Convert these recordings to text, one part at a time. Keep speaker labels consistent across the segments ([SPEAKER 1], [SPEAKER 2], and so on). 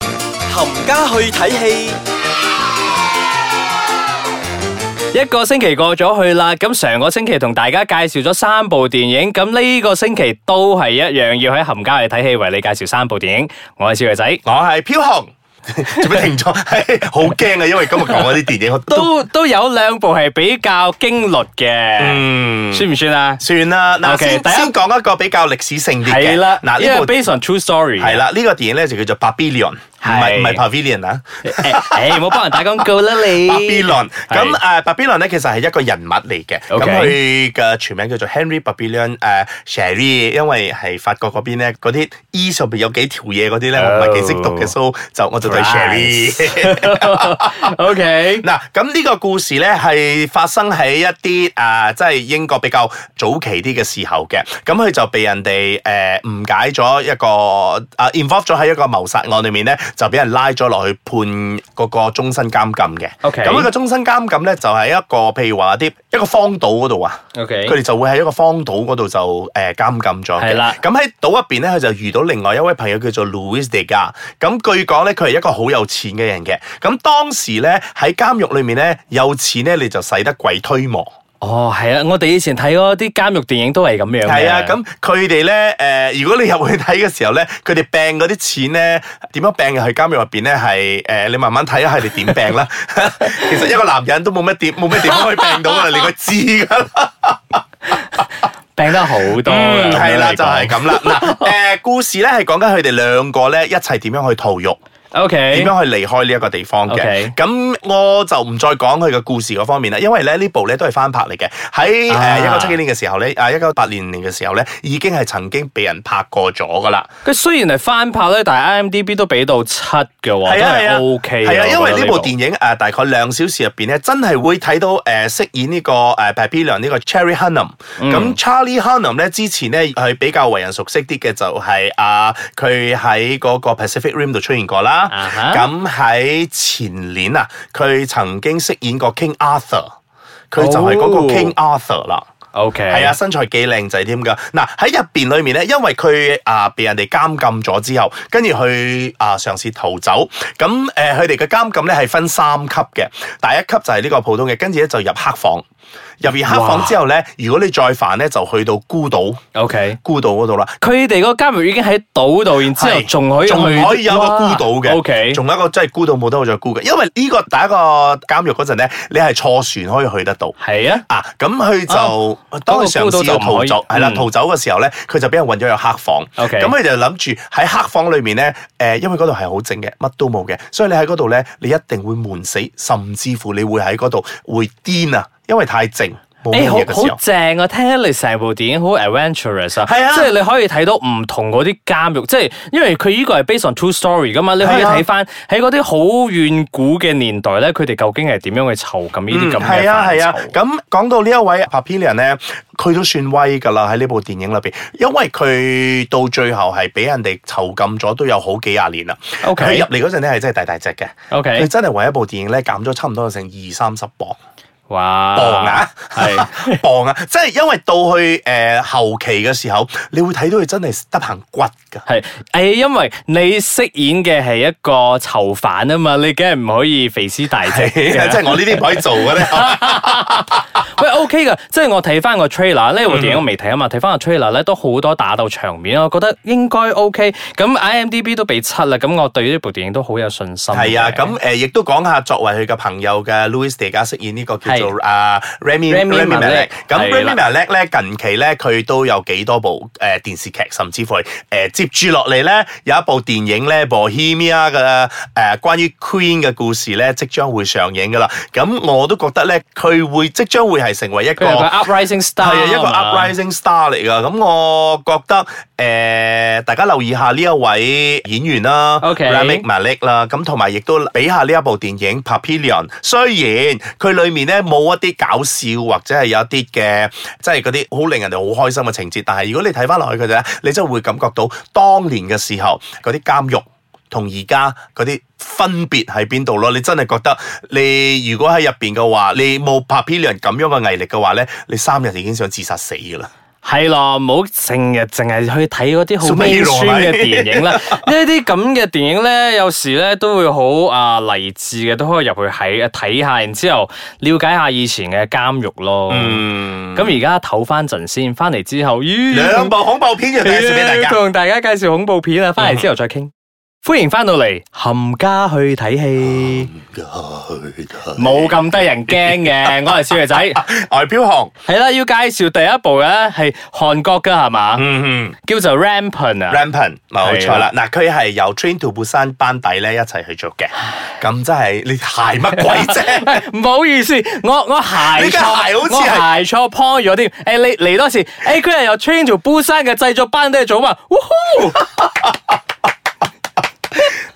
[SPEAKER 1] 冚家去睇戲。
[SPEAKER 2] 一個星期過咗去啦，咁上個星期同大家介紹咗三部電影，咁呢個星期都係一樣，要喺冚家去睇戲，為你介紹三部電影。我係小肥仔，
[SPEAKER 3] 我係飄紅。 做咩停咗？係好驚啊！因為今日講嗰啲電影都
[SPEAKER 2] 都都有兩部係比較驚慄嘅，
[SPEAKER 3] 嗯
[SPEAKER 2] 算唔算啊？
[SPEAKER 3] 算啦。嗱，
[SPEAKER 2] OK，
[SPEAKER 3] 先
[SPEAKER 2] 第一
[SPEAKER 3] 先講一個比較歷史性啲嘅。
[SPEAKER 2] 係啦，
[SPEAKER 3] 嗱
[SPEAKER 2] 因為
[SPEAKER 3] 呢部
[SPEAKER 2] based on true story
[SPEAKER 3] 係。啦，呢個電影咧就叫做 Babylon，唔
[SPEAKER 2] 係
[SPEAKER 3] 係唔係 Pavilion 啊。
[SPEAKER 2] 誒，唔好幫人打廣告啦你。
[SPEAKER 3] 巴比倫
[SPEAKER 2] 係
[SPEAKER 3] 咁誒，巴比倫咧其實係一個人物嚟嘅，咁
[SPEAKER 2] OK
[SPEAKER 3] 佢嘅全名叫做 Henry Babylon 誒 Sherry，因為係法國嗰邊咧嗰啲 E 上邊有幾條嘢嗰啲咧，我唔係幾識讀
[SPEAKER 2] Oh。
[SPEAKER 3] 嘅，so 就我就對 Sherry。
[SPEAKER 2] O K，
[SPEAKER 3] 嗱，咁呢個故事咧係發生喺一啲啊，即係英國比較早期啲嘅時候嘅，咁佢就被人哋誒誤解咗一個啊 involve 咗喺一個謀殺案裏面咧，就俾人拉咗落去判嗰個終身監禁嘅。
[SPEAKER 2] OK
[SPEAKER 3] 咁呢個終身監禁咧就係一個譬如話啲一個荒島嗰度啊。
[SPEAKER 2] OK
[SPEAKER 3] 佢哋就會喺一個荒島嗰度就誒監禁咗嘅。
[SPEAKER 2] 係啦
[SPEAKER 3] 咁喺島入邊咧，佢就遇到另外一位朋友叫做 Louis De Ga。咁據講咧，佢係一個好有錢嘅人嘅。咁當時咧喺監獄裏面咧，有錢咧你就使得鬼推磨。
[SPEAKER 2] 哦，係啊，我哋以前睇嗰啲監獄電影都係咁樣嘅。
[SPEAKER 3] 係啊，咁佢哋咧誒，如果你入去睇嘅時候咧，佢哋病嗰啲錢咧點樣病嘅？去監獄入邊咧係誒，你慢慢睇下佢哋點病啦。 其實一個男人都冇乜點冇乜點可以病到㗎啦，你個知㗎啦。
[SPEAKER 2] 病得好多㗎。
[SPEAKER 3] 嗯，係啦，
[SPEAKER 2] 咁樣嚟講
[SPEAKER 3] 就係 咁啦。嗱，誒，故事咧係講緊佢哋兩個咧一齊點樣去逃獄，
[SPEAKER 2] O K，
[SPEAKER 3] 點樣去離開呢一個地方嘅
[SPEAKER 2] OK。
[SPEAKER 3] 咁我就唔再講佢嘅故事嗰方面啦，因為咧呢部咧都係翻拍嚟嘅。喺
[SPEAKER 2] 啊
[SPEAKER 3] 誒一九七幾年嘅時候咧，啊一九八零年嘅時候咧，已經係曾經被人拍過咗噶啦。
[SPEAKER 2] 佢雖然係翻拍咧，但係 IMDB 都俾到七嘅喎，
[SPEAKER 3] 係
[SPEAKER 2] 都
[SPEAKER 3] 啊係啊
[SPEAKER 2] 係 O K
[SPEAKER 3] 係啊，因為呢部電影誒大概兩小時入邊咧，真係會睇到呃誒飾演呢個誒 Papillon 呢個 Cherry Hunnam。咁 Charlie Hunnam 咧之前咧佢比較為人熟悉啲嘅就係啊佢喺嗰個 Pacific Rim 度出現過啦
[SPEAKER 2] 啊哈。
[SPEAKER 3] 咁喺前年啊，佢曾經飾演過 King Arthur，佢就係嗰個
[SPEAKER 2] 哦
[SPEAKER 3] King Arthur 啦。
[SPEAKER 2] O K
[SPEAKER 3] 係啊，，身材幾靚仔添㗎。嗱喺入邊裏面咧，因為佢啊被人哋監禁咗之後，跟住去啊嘗試逃走。咁誒，呃佢哋嘅監禁咧係分三級嘅，第一級就係呢個普通嘅，跟住咧就入黑房。入完黑房之後咧，如果你再犯咧，就去到孤島，
[SPEAKER 2] O K。
[SPEAKER 3] 孤島嗰度啦。
[SPEAKER 2] 佢哋嗰個監獄已經喺島度，然之後
[SPEAKER 3] 係
[SPEAKER 2] 仲可以
[SPEAKER 3] 仲
[SPEAKER 2] 去
[SPEAKER 3] 可以有一個孤島嘅
[SPEAKER 2] O K，
[SPEAKER 3] 仲有一個真係孤島冇得我再孤嘅，因為呢個第一個監獄嗰陣咧，你係坐船可以去得到。
[SPEAKER 2] 係啊，
[SPEAKER 3] 啊，咁佢就、當佢
[SPEAKER 2] 哦嗰
[SPEAKER 3] 嘗
[SPEAKER 2] 個高
[SPEAKER 3] 試
[SPEAKER 2] 度就
[SPEAKER 3] 要
[SPEAKER 2] 唔可
[SPEAKER 3] 逃
[SPEAKER 2] 以
[SPEAKER 3] 走，係啦、
[SPEAKER 2] 嗯
[SPEAKER 3] 逃走嘅時候咧，佢就俾人運咗入黑房。
[SPEAKER 2] OK
[SPEAKER 3] 咁佢就諗住喺黑房裏面咧，誒、因為嗰度係好靜嘅，乜都冇嘅，所以你喺嗰度咧，你一定會悶死，甚至乎你會喺嗰度會癲啊，因為太靜，冇
[SPEAKER 2] 誒
[SPEAKER 3] 乜
[SPEAKER 2] 好
[SPEAKER 3] 嘢嘅時
[SPEAKER 2] 好
[SPEAKER 3] 候。
[SPEAKER 2] 正啊！聽起嚟成部電影好 adventurous 啊，
[SPEAKER 3] 係啊
[SPEAKER 2] 即係你可以睇到唔同嗰啲監獄，即係因為佢呢個係 based on true story 噶嘛，你可以
[SPEAKER 3] 係啊
[SPEAKER 2] 睇翻喺嗰啲好遠古嘅年代咧，佢哋究竟係點樣去囚禁呢啲咁嘅
[SPEAKER 3] 係啊
[SPEAKER 2] 犯
[SPEAKER 3] 係啊
[SPEAKER 2] 囚，
[SPEAKER 3] 咁講到呢一位 Papillon 咧，佢都算威㗎啦喺呢部電影裏邊，因為佢到最後係俾人哋囚禁咗都有好幾廿年啦。
[SPEAKER 2] OK
[SPEAKER 3] 佢入嚟嗰陣咧係真係大大隻嘅。
[SPEAKER 2] OK
[SPEAKER 3] 佢真係為一部電影咧減咗差唔多有成二三十磅
[SPEAKER 2] 哇，
[SPEAKER 3] 磅啊，
[SPEAKER 2] 係。
[SPEAKER 3] 磅啊！即係因為到去誒、呃、後期嘅時候，你會睇到佢真係得行骨㗎。
[SPEAKER 2] 系，诶，因為你飾演嘅係一個囚犯啊嘛，你梗係唔可以肥屍大隻
[SPEAKER 3] 即
[SPEAKER 2] 嘅。
[SPEAKER 3] 係我呢啲唔可以做嘅 咧，
[SPEAKER 2] 喂，OK 噶，即係我睇翻個 trailer 呢部
[SPEAKER 3] 嗯
[SPEAKER 2] 電影我未睇啊嘛，睇翻個 trailer 咧都好多打鬥場面啊，我覺得應該 OK。咁 IMDB 都俾七啦，咁我對呢部電影都好有信心嘅。
[SPEAKER 3] 係啊，咁誒亦都講下作為佢嘅朋友嘅 Louis De Ga 飾演呢個叫做啊 à, Remy
[SPEAKER 2] Rami
[SPEAKER 3] Rami Malek
[SPEAKER 2] Malek，
[SPEAKER 3] 咁
[SPEAKER 2] 係啦
[SPEAKER 3] Rami Malek 咧近期咧佢都有幾多部誒電視劇，甚至乎係誒接住落嚟咧有一部電影咧《Bohemia》嘅誒關於 Queen 嘅故事咧，即將會上映噶啦。咁我都覺得咧佢會即將會係成為一個
[SPEAKER 2] 佢係個 uprising star，
[SPEAKER 3] 係啊，一個
[SPEAKER 2] 嘛
[SPEAKER 3] uprising star 嚟噶。咁我覺得誒、呃大家留意下呢一位演員啦
[SPEAKER 2] OK
[SPEAKER 3] Rami Malek 啦，咁同埋亦都俾下呢一部電影《Papillon》。雖然佢裡面咧冇一啲搞笑或者係有一啲嘅，即係嗰啲好令人哋好開心嘅情節，但係如果你睇翻落去佢哋咧，你真係會感覺到當年嘅時候嗰啲監獄。同而家嗰啲分別喺邊度咯？你真係覺得你如果喺入邊嘅話，你冇 Papillon 咁樣嘅毅力嘅話咧，你三日已經想自殺死㗎啦。
[SPEAKER 2] 係咯，唔好成日淨係去睇嗰啲好
[SPEAKER 3] Superhero
[SPEAKER 2] 悲酸嘅
[SPEAKER 3] 係咪
[SPEAKER 2] 電影啦。 呢啲咁嘅電影咧，有時咧都會好啊勵志嘅，都可以入去睇睇下，然之後了解下以前嘅監獄咯。
[SPEAKER 3] 嗯，
[SPEAKER 2] 咁而家唞翻陣先，翻嚟之後，咦，
[SPEAKER 3] 兩部恐怖片就介嗯啊紹俾大 家。
[SPEAKER 2] 同大家介紹恐怖片啊，翻嚟之後再傾。歡迎翻到嚟，冚家去睇戲，冇咁得人驚嘅，我係小爺 仔。
[SPEAKER 3] 外飄紅，
[SPEAKER 2] 係啦，要介紹第一部咧係韓國嘅係嘛，
[SPEAKER 3] 嗯
[SPEAKER 2] 叫做 Rampant
[SPEAKER 3] 嗯
[SPEAKER 2] 啊。
[SPEAKER 3] ，Rampant 冇錯啦。嗱，佢係由 Train to Busan 班底咧一齊去做嘅，咁真係你鞋乜鬼 啫？
[SPEAKER 2] 喂唔好意思，我我鞋
[SPEAKER 3] 你嘅
[SPEAKER 2] 錯，
[SPEAKER 3] 鞋好似係
[SPEAKER 2] 我鞋錯 point 咗添。誒，你嚟多次，誒，佢係由 Train to Busan 嘅製作班底做嘛？哇 呼！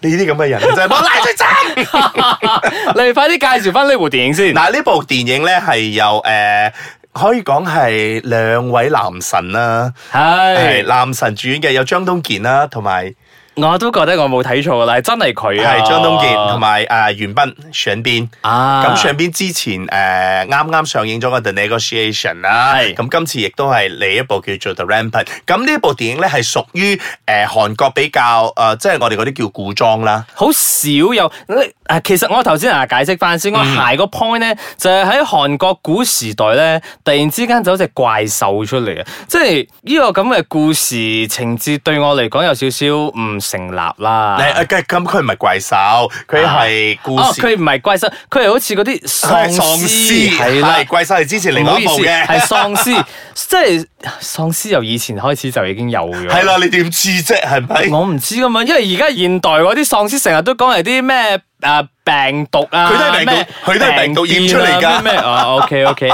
[SPEAKER 3] 你呢啲咁嘅人真係冇賴佢真。
[SPEAKER 2] 你快啲介紹翻呢部電影先。
[SPEAKER 3] 嗱，呢部電影咧係由誒、呃可以講係兩位男神啦，係
[SPEAKER 2] 係，
[SPEAKER 3] 男神主演嘅有張東健啦，同埋
[SPEAKER 2] 我都覺得我冇睇錯㗎啦，係真係佢啊。
[SPEAKER 3] 係張東健同埋誒袁彬上邊。
[SPEAKER 2] 啊，
[SPEAKER 3] 咁上邊之前誒啱啱上映咗個 The Negotiation 啦，
[SPEAKER 2] 係
[SPEAKER 3] 咁今次亦都係另一部叫做 The Rampant。咁呢部電影咧係屬於誒韓國比較誒、呃即係我哋嗰啲叫古裝啦。
[SPEAKER 2] 好少有啊！其實我頭先啊解釋翻先，我
[SPEAKER 3] 嗯
[SPEAKER 2] 鞋個 point 咧就係喺韓國古時代咧，突然之間就有隻怪獸出嚟啊！即係呢個咁嘅故事情節對我嚟講有少少唔成立啦。
[SPEAKER 3] 誒誒咁佢唔係怪獸，佢係故
[SPEAKER 2] 哦，
[SPEAKER 3] 事。
[SPEAKER 2] 佢唔係怪獸，佢係好似嗰啲喪屍
[SPEAKER 3] 係
[SPEAKER 2] 係
[SPEAKER 3] 啦，
[SPEAKER 2] 啦
[SPEAKER 3] 係。怪獸係之前另
[SPEAKER 2] 唔
[SPEAKER 3] 外
[SPEAKER 2] 好
[SPEAKER 3] 一
[SPEAKER 2] 意
[SPEAKER 3] 部
[SPEAKER 2] 思，
[SPEAKER 3] 嘅，
[SPEAKER 2] 係喪屍，即係喪屍由以前開始就已經有咗。
[SPEAKER 3] 係 啦，你點知啫？係咪？
[SPEAKER 2] 我唔知噶嘛，因為而家現代嗰啲喪屍成日都講係啲咩誒病毒啊，
[SPEAKER 3] 佢都係病毒
[SPEAKER 2] 咩
[SPEAKER 3] 佢都係病毒染出
[SPEAKER 2] 病
[SPEAKER 3] 嚟㗎
[SPEAKER 2] 變啊咩咩哦，OK OK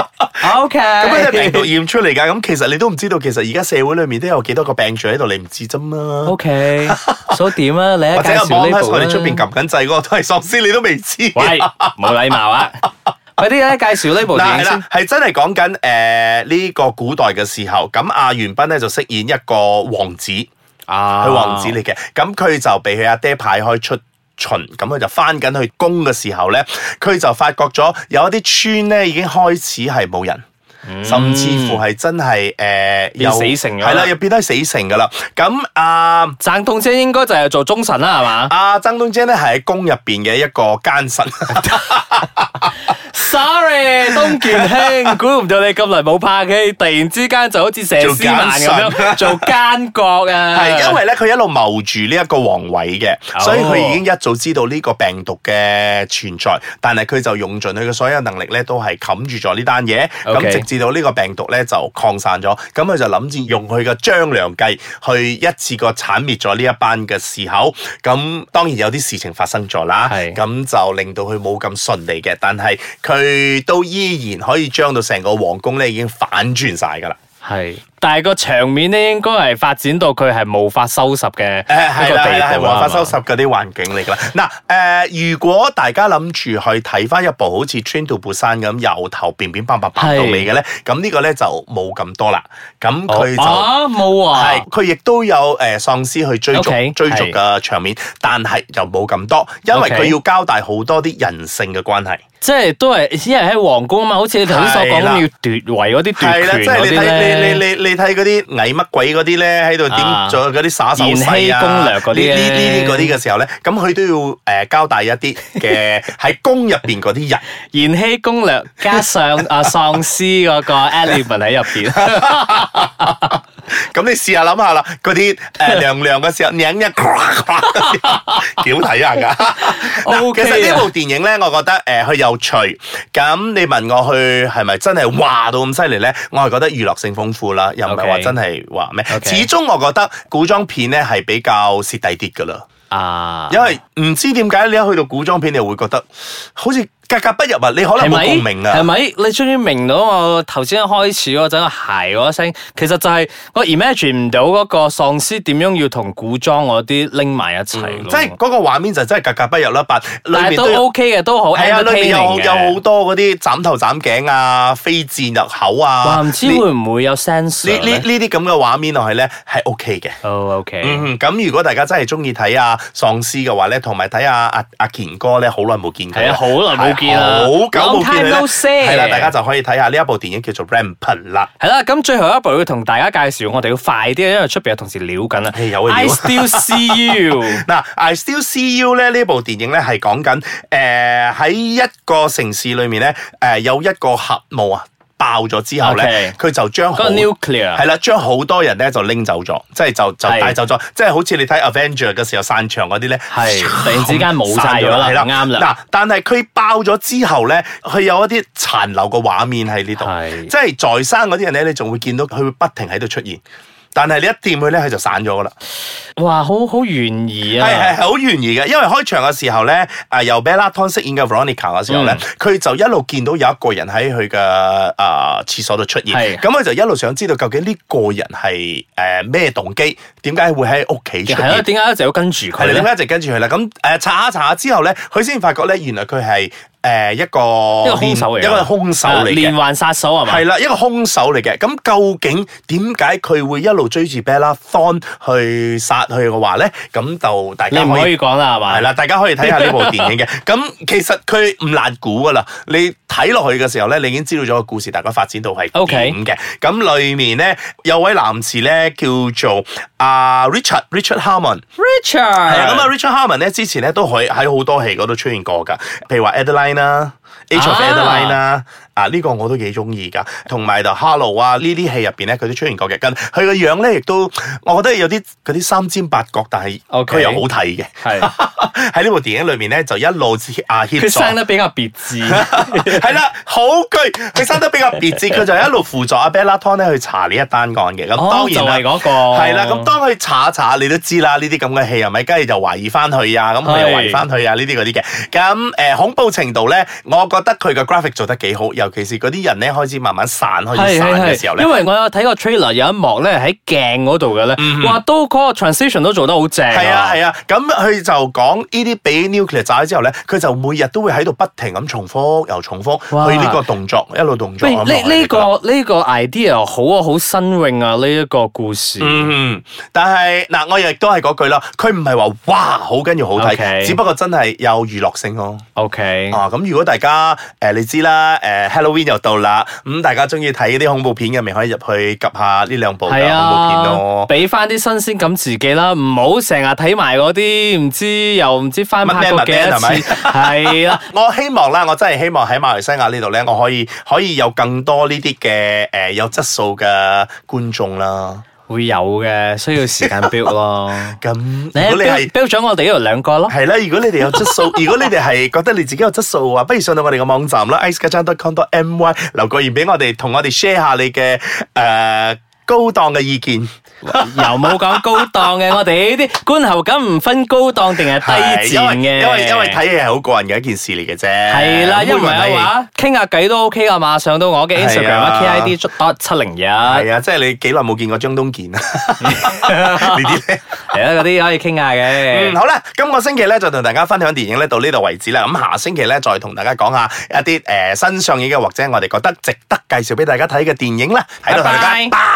[SPEAKER 2] OK，
[SPEAKER 3] 咁佢係病毒
[SPEAKER 2] 咁
[SPEAKER 3] 驗出嚟㗎，咁其實你都唔知道，其實而家社會裏面都有幾多個病菌喺度，你唔知啫嘛。
[SPEAKER 2] OK，所以點啊？你
[SPEAKER 3] 或
[SPEAKER 2] 一
[SPEAKER 3] 者
[SPEAKER 2] 介
[SPEAKER 3] 阿 b o
[SPEAKER 2] 紹
[SPEAKER 3] n
[SPEAKER 2] 呢部
[SPEAKER 3] 我
[SPEAKER 2] 啦
[SPEAKER 3] 哋出邊撳緊掣嗰個都係喪屍，你都未知。
[SPEAKER 2] 喂，冇禮貌啊！快啲咧介紹呢部電
[SPEAKER 3] 嗱
[SPEAKER 2] 哦影
[SPEAKER 3] 係
[SPEAKER 2] 先
[SPEAKER 3] 啦，，係真係講緊誒呢個古代嘅時候，咁阿元斌咧就飾演一個王子，佢
[SPEAKER 2] 啊
[SPEAKER 3] 王子嚟嘅，咁佢就被佢阿爹派開出。巡咁佢就翻緊去工嘅時候咧，佢就發覺咗有一啲村咧已經開始係冇人，甚至乎係真係誒、呃、
[SPEAKER 2] 嗯變
[SPEAKER 3] 又
[SPEAKER 2] 死城咗啦
[SPEAKER 3] 係啦，又變得死城噶啦。咁啊
[SPEAKER 2] 鄭痛姐應該就係做忠臣啦，係嘛？
[SPEAKER 3] 阿曾東姐咧係喺宮入邊嘅一個 奸臣。
[SPEAKER 2] Sorry，東健兄，估唔到你咁耐冇拍戲，突然之間就好似佘詩曼咁樣做奸角啊！
[SPEAKER 3] 係因為咧，佢一路謀住呢一個皇位嘅，
[SPEAKER 2] 哦
[SPEAKER 3] 所以佢已經一早知道呢個病毒嘅存在，但係佢就用盡佢嘅所有能力咧，都係冚住咗呢單嘢。咁
[SPEAKER 2] OK
[SPEAKER 3] 直至到呢個病毒咧就擴散咗，咁佢就諗住用佢嘅張良計去一次過剷滅咗呢一班嘅士口。咁當然有啲事情發生咗啦，
[SPEAKER 2] 係
[SPEAKER 3] 咁就令到佢冇咁順利嘅，但係佢都依然可以將到成個皇宮咧已經反轉晒㗎啦。
[SPEAKER 2] 係，但係個場面咧，應該係發展到佢係無法收拾嘅
[SPEAKER 3] 誒係
[SPEAKER 2] 一個
[SPEAKER 3] 啦係啦，
[SPEAKER 2] 地啊
[SPEAKER 3] 係
[SPEAKER 2] 步
[SPEAKER 3] 黃
[SPEAKER 2] 啦。
[SPEAKER 3] 花收拾嗰啲環境嚟㗎啦。嗱誒、如果大家諗住去睇翻一部好似《Train to Busan》咁由頭變變白白白到尾嘅咧，咁呢個咧就冇咁多啦。咁
[SPEAKER 2] 係
[SPEAKER 3] 佢
[SPEAKER 2] 嘛
[SPEAKER 3] 就
[SPEAKER 2] 啊冇啊
[SPEAKER 3] 係，佢亦都有誒、喪屍去追逐
[SPEAKER 2] OK，
[SPEAKER 3] 追逐嘅場面，但係就冇咁多，因為
[SPEAKER 2] OK
[SPEAKER 3] 佢要交代好多啲人性嘅關係。
[SPEAKER 2] 即係都係，因為喺皇宮啊嘛，好似你頭先所講
[SPEAKER 3] 係啦
[SPEAKER 2] 要奪位嗰啲
[SPEAKER 3] 係啦，
[SPEAKER 2] 奪
[SPEAKER 3] 即
[SPEAKER 2] 權
[SPEAKER 3] 係
[SPEAKER 2] 嗰
[SPEAKER 3] 你
[SPEAKER 2] 啲
[SPEAKER 3] 睇
[SPEAKER 2] 咧。
[SPEAKER 3] 你你你你睇嗰啲偽乜鬼嗰啲咧，喺度點
[SPEAKER 2] 啊
[SPEAKER 3] 做嗰啲耍手勢啊，
[SPEAKER 2] 延禧攻略嗰啲
[SPEAKER 3] 呢
[SPEAKER 2] 咧
[SPEAKER 3] 呢呢啲嗰啲嘅時候咧，咁佢都要誒交代一啲 嘅喺宮入邊嗰啲人，
[SPEAKER 2] 延禧攻略加上 啊喪屍嗰個 element 喺入邊，
[SPEAKER 3] 咁你試下諗下啦，嗰啲 誒涼涼嘅時候，擰一 嗰啲幾好睇下 㗎。嗱
[SPEAKER 2] OK
[SPEAKER 3] 其
[SPEAKER 2] 啊
[SPEAKER 3] 實呢部電影咧，我覺得誒佢有趣。咁你問我去係咪真係話到咁犀利咧？我係覺得娛樂性豐富啦，又唔係話
[SPEAKER 2] OK
[SPEAKER 3] 真係話咩。
[SPEAKER 2] OK
[SPEAKER 3] 始終我覺得古裝片咧係比較蝕底啲㗎啦。
[SPEAKER 2] 啊，
[SPEAKER 3] 因為唔知點解你一去到古裝片，你會覺得好似格格不入啊！你可能
[SPEAKER 2] 係
[SPEAKER 3] 冇
[SPEAKER 2] 咪？
[SPEAKER 3] 共鳴
[SPEAKER 2] 係
[SPEAKER 3] 啊。
[SPEAKER 2] 咪？你終於明到我頭先一開始嗰陣個鞋嗰聲，其實就係我 imagine 唔到嗰個喪屍點樣要同古裝嗰啲拎埋一齊咯。
[SPEAKER 3] 嗯即係嗰個畫面就真係格格不入啦，但裏
[SPEAKER 2] 但
[SPEAKER 3] 面
[SPEAKER 2] 係
[SPEAKER 3] 都
[SPEAKER 2] 都
[SPEAKER 3] 有
[SPEAKER 2] OK 嘅，都好
[SPEAKER 3] 係啊，裏面有
[SPEAKER 2] entertaining
[SPEAKER 3] 有好
[SPEAKER 2] 嘅。
[SPEAKER 3] 多嗰啲斬頭斬頸啊、飛箭入口
[SPEAKER 2] 哇，
[SPEAKER 3] 啊，
[SPEAKER 2] 唔知
[SPEAKER 3] 呢
[SPEAKER 2] 會唔會有 sense 啊
[SPEAKER 3] 呢呢
[SPEAKER 2] 咧？
[SPEAKER 3] 呢啲咁嘅畫面落去咧係 OK 嘅。
[SPEAKER 2] 哦，OK，
[SPEAKER 3] 嗯，咁如果大家啊真係中意睇啊喪屍嘅話咧，同埋睇下阿阿健哥咧，好耐冇見佢
[SPEAKER 2] 係
[SPEAKER 3] 啦，
[SPEAKER 2] 啊，好耐冇見啦，
[SPEAKER 3] 好久
[SPEAKER 2] Long
[SPEAKER 3] 冇見
[SPEAKER 2] time
[SPEAKER 3] 你咧，
[SPEAKER 2] no see
[SPEAKER 3] 係啦，大家就可以睇下呢一部電影叫做《Rampant》啦。
[SPEAKER 2] 系啦，咁最後一步要同大家介紹，我哋要快啲，因為出边有同事撩緊啦。
[SPEAKER 3] 唉有啊
[SPEAKER 2] I
[SPEAKER 3] 撩
[SPEAKER 2] still see you，
[SPEAKER 3] 嗱，《I Still See You》咧呢部電影咧係講緊誒喺一個城市裏面咧誒、呃有一個核武啊爆咗之後咧，佢就將
[SPEAKER 2] 嗰
[SPEAKER 3] 好
[SPEAKER 2] 個 nuclear
[SPEAKER 3] 係啦，將好多人咧就拎走咗，即係就就
[SPEAKER 2] 啊係
[SPEAKER 3] 帶走咗，即係好似你睇 Avenger 嘅時候散場嗰啲咧，
[SPEAKER 2] 係突然之間冇晒咗啦
[SPEAKER 3] 係
[SPEAKER 2] 啱啦
[SPEAKER 3] 嗱，但係佢爆咗之後咧，佢有一啲殘留嘅畫面喺呢度，
[SPEAKER 2] 係
[SPEAKER 3] 即係在生嗰啲人咧，你仲會見到佢會不停喺度出現，但係你一掂佢咧，佢就散咗噶啦。
[SPEAKER 2] 哇，好好懸疑
[SPEAKER 3] 係係係
[SPEAKER 2] 啊！
[SPEAKER 3] 好懸疑嘅，因為開場嘅時候咧，啊由 Bella Thorne 飾演嘅 Veronica 嘅時候咧
[SPEAKER 2] 嗯，
[SPEAKER 3] 佢、就一路見到有一個人喺佢嘅啊廁所度出現，
[SPEAKER 2] 係
[SPEAKER 3] 咁佢就一路想知道究竟呢個人係誒咩動機，點解會喺屋企出
[SPEAKER 2] 係咯，
[SPEAKER 3] 現？
[SPEAKER 2] 點解一直要跟住佢
[SPEAKER 3] 係啦，
[SPEAKER 2] 咧？
[SPEAKER 3] 點解一直跟住佢啦？咁誒查下查下之後咧，佢先發覺咧，原來佢係誒一個
[SPEAKER 2] 一個兇手嚟㗎
[SPEAKER 3] 一個兇手
[SPEAKER 2] 啊
[SPEAKER 3] 嚟嘅
[SPEAKER 2] 連。環殺手係嘛？
[SPEAKER 3] 係啦，一個兇手嚟嘅。咁究竟點解佢會一路追住 Bella Thorne 去殺佢嘅話咧？咁就大
[SPEAKER 2] 你
[SPEAKER 3] 家
[SPEAKER 2] 唔
[SPEAKER 3] 可
[SPEAKER 2] 可
[SPEAKER 3] 以
[SPEAKER 2] 以講啦，係嘛？
[SPEAKER 3] 係啦，大家可以睇下呢部電 影嘅。咁其實佢唔難估噶啦，你睇落去嘅時候咧，你已經知道咗個故事大概發展到係
[SPEAKER 2] OK
[SPEAKER 3] 點嘅。咁裏面咧有位男士咧叫做阿、Richard Richard Harmon。
[SPEAKER 2] ，Richard
[SPEAKER 3] 係啊，咁啊，Richard Harmon 咧之前咧都可以喺好多戲嗰度出現過㗎，譬如話 Adeline 啦。Age of
[SPEAKER 2] 啊
[SPEAKER 3] Adeline 啦，啊呢、個我都幾中意㗎，同埋就 Hello 啊呢啲戲入邊咧，佢都出現過嘅。咁佢個樣咧，亦都我覺得有啲嗰啲三尖八角，但係
[SPEAKER 2] OK
[SPEAKER 3] 佢又好睇嘅。
[SPEAKER 2] 係
[SPEAKER 3] 喺呢部電影裏面咧，就一路啊協
[SPEAKER 2] 佢
[SPEAKER 3] 助，
[SPEAKER 2] 生得比較別致。
[SPEAKER 3] 係啦，好句，佢生得比較別致，佢就一路輔助阿 Bella t o n 咧去查呢一單案嘅。 咁當
[SPEAKER 2] 哦，就
[SPEAKER 3] 然
[SPEAKER 2] 係
[SPEAKER 3] 啦。
[SPEAKER 2] 嗰個。
[SPEAKER 3] 係啦，咁當佢查一查，你都知啦，呢啲咁嘅戲係咪？跟住就懷疑翻佢啊，咁佢又
[SPEAKER 2] 係
[SPEAKER 3] 懷疑翻佢啊，呢啲嗰啲嘅。咁誒、呃恐怖程度咧，我覺得佢嘅 graphic 做得幾好，尤其是嗰啲人咧開始慢慢散，開始散嘅時候咧
[SPEAKER 2] 因。為我有睇過 trailer 有一幕咧喺鏡嗰度嘅咧，哇，都嗰個 transition 都做得好正。
[SPEAKER 3] 嗯係啊係啊，咁佢就講呢啲俾 nuclear 炸咗之後咧，佢就每日都會喺度不停咁重複又重複
[SPEAKER 2] 哇
[SPEAKER 3] 去呢個動作，一路動作
[SPEAKER 2] 喂，
[SPEAKER 3] 咁落去
[SPEAKER 2] 呢呢
[SPEAKER 3] 㗎
[SPEAKER 2] 個呢個 idea 好啊，好新穎啊！呢一個故事，
[SPEAKER 3] 嗯，但係嗱，我亦都係嗰句啦，佢唔係話哇好跟住好睇
[SPEAKER 2] OK
[SPEAKER 3] 只不過真係有娛樂性咯。
[SPEAKER 2] OK，
[SPEAKER 3] 啊，咁如果大家誒、呃你知啦，誒、Halloween 又到啦，咁、大家中意睇啲恐怖片嘅，咪可以入去及下呢兩部嘅
[SPEAKER 2] 係
[SPEAKER 3] 恐怖片
[SPEAKER 2] 啊，
[SPEAKER 3] 咯。
[SPEAKER 2] 俾翻啲新鮮感自己啦，唔好成日睇埋嗰啲唔知又唔知翻拍過幾多
[SPEAKER 3] 乜咩
[SPEAKER 2] 次， 係啦。
[SPEAKER 3] 我希望啦，我真係希望喺馬來西亞呢度咧，我可以可以有更多呢啲嘅誒有質素嘅觀眾啦。
[SPEAKER 2] 會有嘅，需要時間 build 咯。
[SPEAKER 3] 咁
[SPEAKER 2] 你
[SPEAKER 3] 如果你係
[SPEAKER 2] build build 咗我哋呢度兩個咯，
[SPEAKER 3] 係啦，如果你哋有質 素，如果你哋係覺得你自己有質素嘅啊話，不如上到我哋嘅網站啦 i c e k a j a n c o m m y 留個言俾我哋，同我哋 share 下你嘅誒、呃高檔嘅意見。
[SPEAKER 2] 又冇講高檔嘅，我哋呢啲官喉感唔分高檔定係低
[SPEAKER 3] 因
[SPEAKER 2] 賤
[SPEAKER 3] 為
[SPEAKER 2] 嘅，
[SPEAKER 3] 因為因為睇嘢係好個人嘅一件事嚟嘅啫。
[SPEAKER 2] 係啦，
[SPEAKER 3] 咁
[SPEAKER 2] 因為啊嘅話傾下偈都 OK 噶嘛，上到我嘅
[SPEAKER 3] 係啊
[SPEAKER 2] Instagram 啦，KID 多七零一，係啊
[SPEAKER 3] 係啊，即係你幾耐冇見過張 東健啊？呢啲咧，
[SPEAKER 2] 啊嗰啲可以傾下
[SPEAKER 3] 嗯，
[SPEAKER 2] 嘅。
[SPEAKER 3] 好啦，今個星期咧就同大家分享電影咧到呢度為止啦。咁下星期咧再同大家講下一啲誒、呃新上映嘅或者我哋覺得值得介紹俾大家睇嘅電影啦。喺度同大家
[SPEAKER 2] 拜拜
[SPEAKER 3] 拜。